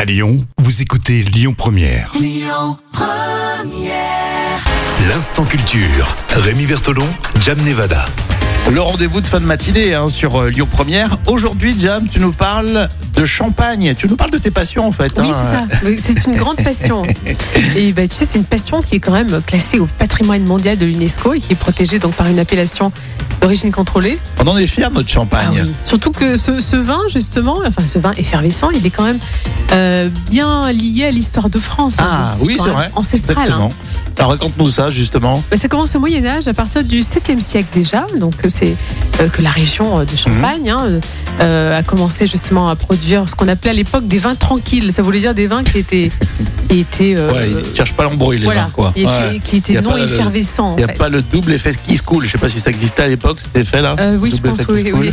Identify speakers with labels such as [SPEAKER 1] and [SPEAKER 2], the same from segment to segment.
[SPEAKER 1] À Lyon, vous écoutez Lyon Première. Lyon Première. L'instant culture. Rémi Bertolon, Jam Nevada.
[SPEAKER 2] Le rendez-vous de fin de matinée hein, sur euh, Lyon Première. Aujourd'hui, Jam, tu nous parles de champagne. Tu nous parles de tes passions en fait.
[SPEAKER 3] Oui,
[SPEAKER 2] hein.
[SPEAKER 3] c'est ça. Mais C'est une grande passion. Et bah, tu sais, c'est une passion qui est quand même classée au patrimoine mondial de l'UNESCO et qui est protégée donc par une appellation d'origine contrôlée. Ah
[SPEAKER 2] On en est fiers de notre champagne.
[SPEAKER 3] Surtout que ce, ce vin, justement, enfin ce vin effervescent, il est quand même euh, bien lié à l'histoire de France. hein.
[SPEAKER 2] Ah,
[SPEAKER 3] Donc,
[SPEAKER 2] oui,
[SPEAKER 3] quand
[SPEAKER 2] c'est
[SPEAKER 3] même
[SPEAKER 2] vrai.
[SPEAKER 3] Ancestral. hein.
[SPEAKER 2] Exactement. Alors raconte-nous ça justement.
[SPEAKER 3] Bah, ça commence au Moyen Âge, à partir du 7e siècle déjà. Donc euh, c'est euh, que la région
[SPEAKER 2] Mhm.
[SPEAKER 3] euh, de Champagne hein, euh, euh, a commencé justement à produire ce qu'on appelait à l'époque des vins tranquilles. Ça voulait dire des vins qui étaient, qui étaient euh,
[SPEAKER 2] Ouais, ils cherchent pas l'embrouille les
[SPEAKER 3] voilà,
[SPEAKER 2] gens quoi.
[SPEAKER 3] et
[SPEAKER 2] Ouais.
[SPEAKER 3] qui
[SPEAKER 2] Y
[SPEAKER 3] étaient
[SPEAKER 2] a
[SPEAKER 3] non
[SPEAKER 2] pas le-
[SPEAKER 3] effervescents. en
[SPEAKER 2] Il n'y a
[SPEAKER 3] fait.
[SPEAKER 2] pas le double effet qui se coule. Je sais pas si ça existait à l'époque, c'était fait là.
[SPEAKER 3] Euh, oui, je
[SPEAKER 2] double
[SPEAKER 3] pense,
[SPEAKER 2] effet qui
[SPEAKER 3] oui,
[SPEAKER 2] se coule.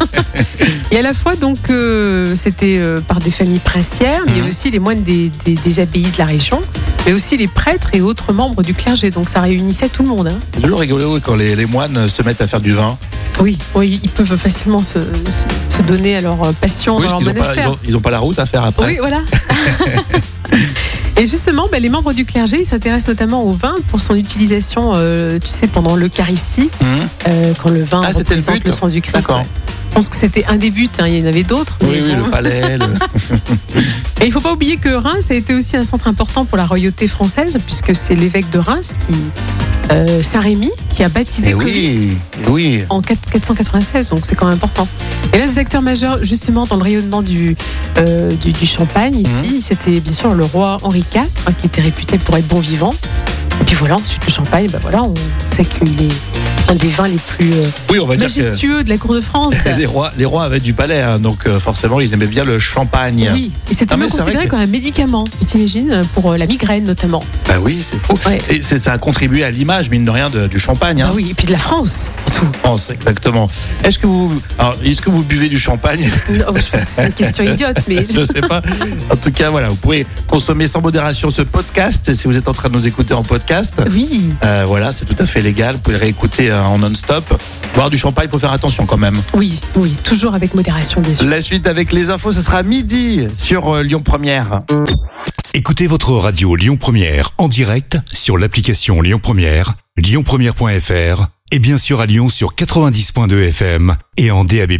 [SPEAKER 3] oui. Et à la fois, donc, euh, c'était euh, par des familles princières, mais il y
[SPEAKER 2] Mhm.
[SPEAKER 3] avait aussi les moines des, des- des abbayes de la région, mais aussi les prêtres et autres membres du clergé. Donc, ça réunissait tout le monde. hein.
[SPEAKER 2] C'est toujours rigolo quand les, les moines se mettent à faire du vin.
[SPEAKER 3] Oui, oui, ils peuvent facilement se, se- se donner à leur euh, passion
[SPEAKER 2] Oui,
[SPEAKER 3] dans
[SPEAKER 2] parce
[SPEAKER 3] leur
[SPEAKER 2] qu'ils ont pas, ils
[SPEAKER 3] monastère.
[SPEAKER 2] ont- ils ont pas la route à faire après.
[SPEAKER 3] Oui, voilà. Et justement, ben, les membres du clergé ils s'intéressent notamment au vin pour son utilisation, euh, tu sais, pendant l'Eucharistie,
[SPEAKER 2] Hum.
[SPEAKER 3] euh, quand le vin
[SPEAKER 2] Ah, c'était le
[SPEAKER 3] représente
[SPEAKER 2] but.
[SPEAKER 3] le, sang du Christ.
[SPEAKER 2] D'accord.
[SPEAKER 3] ouais. Je pense que c'était un des buts, hein, il y en avait d'autres.
[SPEAKER 2] Oui,
[SPEAKER 3] mais
[SPEAKER 2] oui,
[SPEAKER 3] bon.
[SPEAKER 2] le palais. le-
[SPEAKER 3] Et il ne faut pas oublier que Reims a été aussi un centre important pour la royauté française, puisque c'est l'évêque de Reims, qui, euh, Saint-Rémy, qui a
[SPEAKER 2] Eh
[SPEAKER 3] baptisé Clovis
[SPEAKER 2] oui, oui.
[SPEAKER 3] en 4- 496, donc c'est quand même important. Et là, les acteurs majeurs, justement, dans le rayonnement du, euh, du, du Champagne,
[SPEAKER 2] Mhm.
[SPEAKER 3] ici, c'était bien sûr le roi Henri IV, hein, qui était réputé pour être bon vivant. Et puis voilà, ensuite le Champagne, bah voilà, on sait qu'il est un des vins les plus euh,
[SPEAKER 2] Oui, on va dire que.
[SPEAKER 3] majestueux de la cour de France.
[SPEAKER 2] Les rois, les rois avaient du palais, hein, donc euh, forcément ils aimaient bien le champagne.
[SPEAKER 3] Oui, et c'était
[SPEAKER 2] Ah, mais
[SPEAKER 3] même
[SPEAKER 2] c'est vrai
[SPEAKER 3] considéré
[SPEAKER 2] que-
[SPEAKER 3] comme un médicament, tu t'imagines, pour euh, la migraine notamment.
[SPEAKER 2] Bah oui, c'est fou.
[SPEAKER 3] Ouais.
[SPEAKER 2] Et c'est- ça a contribué à l'image, mine de rien, de- du champagne. Hein,
[SPEAKER 3] Ah oui, et puis de la France, surtout.
[SPEAKER 2] en France, exactement. Est-ce que vous, alors, est-ce que vous buvez du champagne
[SPEAKER 3] Non, je pense que c'est une question idiote, mais
[SPEAKER 2] Je sais pas. En tout cas, voilà, vous pouvez consommer sans modération ce podcast. Et si vous êtes en train de nous écouter en podcast,
[SPEAKER 3] oui.
[SPEAKER 2] euh, voilà, c'est tout à fait légal. Vous pouvez le réécouter euh, en non-stop. Boire du champagne, il faut faire attention quand même.
[SPEAKER 3] Oui, oui, toujours avec modération, bien sûr.
[SPEAKER 2] La suite avec les infos, ce sera à midi sur euh, Lyon Première.
[SPEAKER 1] Écoutez votre radio Lyon Première en direct sur l'application Lyon Première, lyonpremière.fr et bien sûr à Lyon sur 90.2 FM et en DAB+.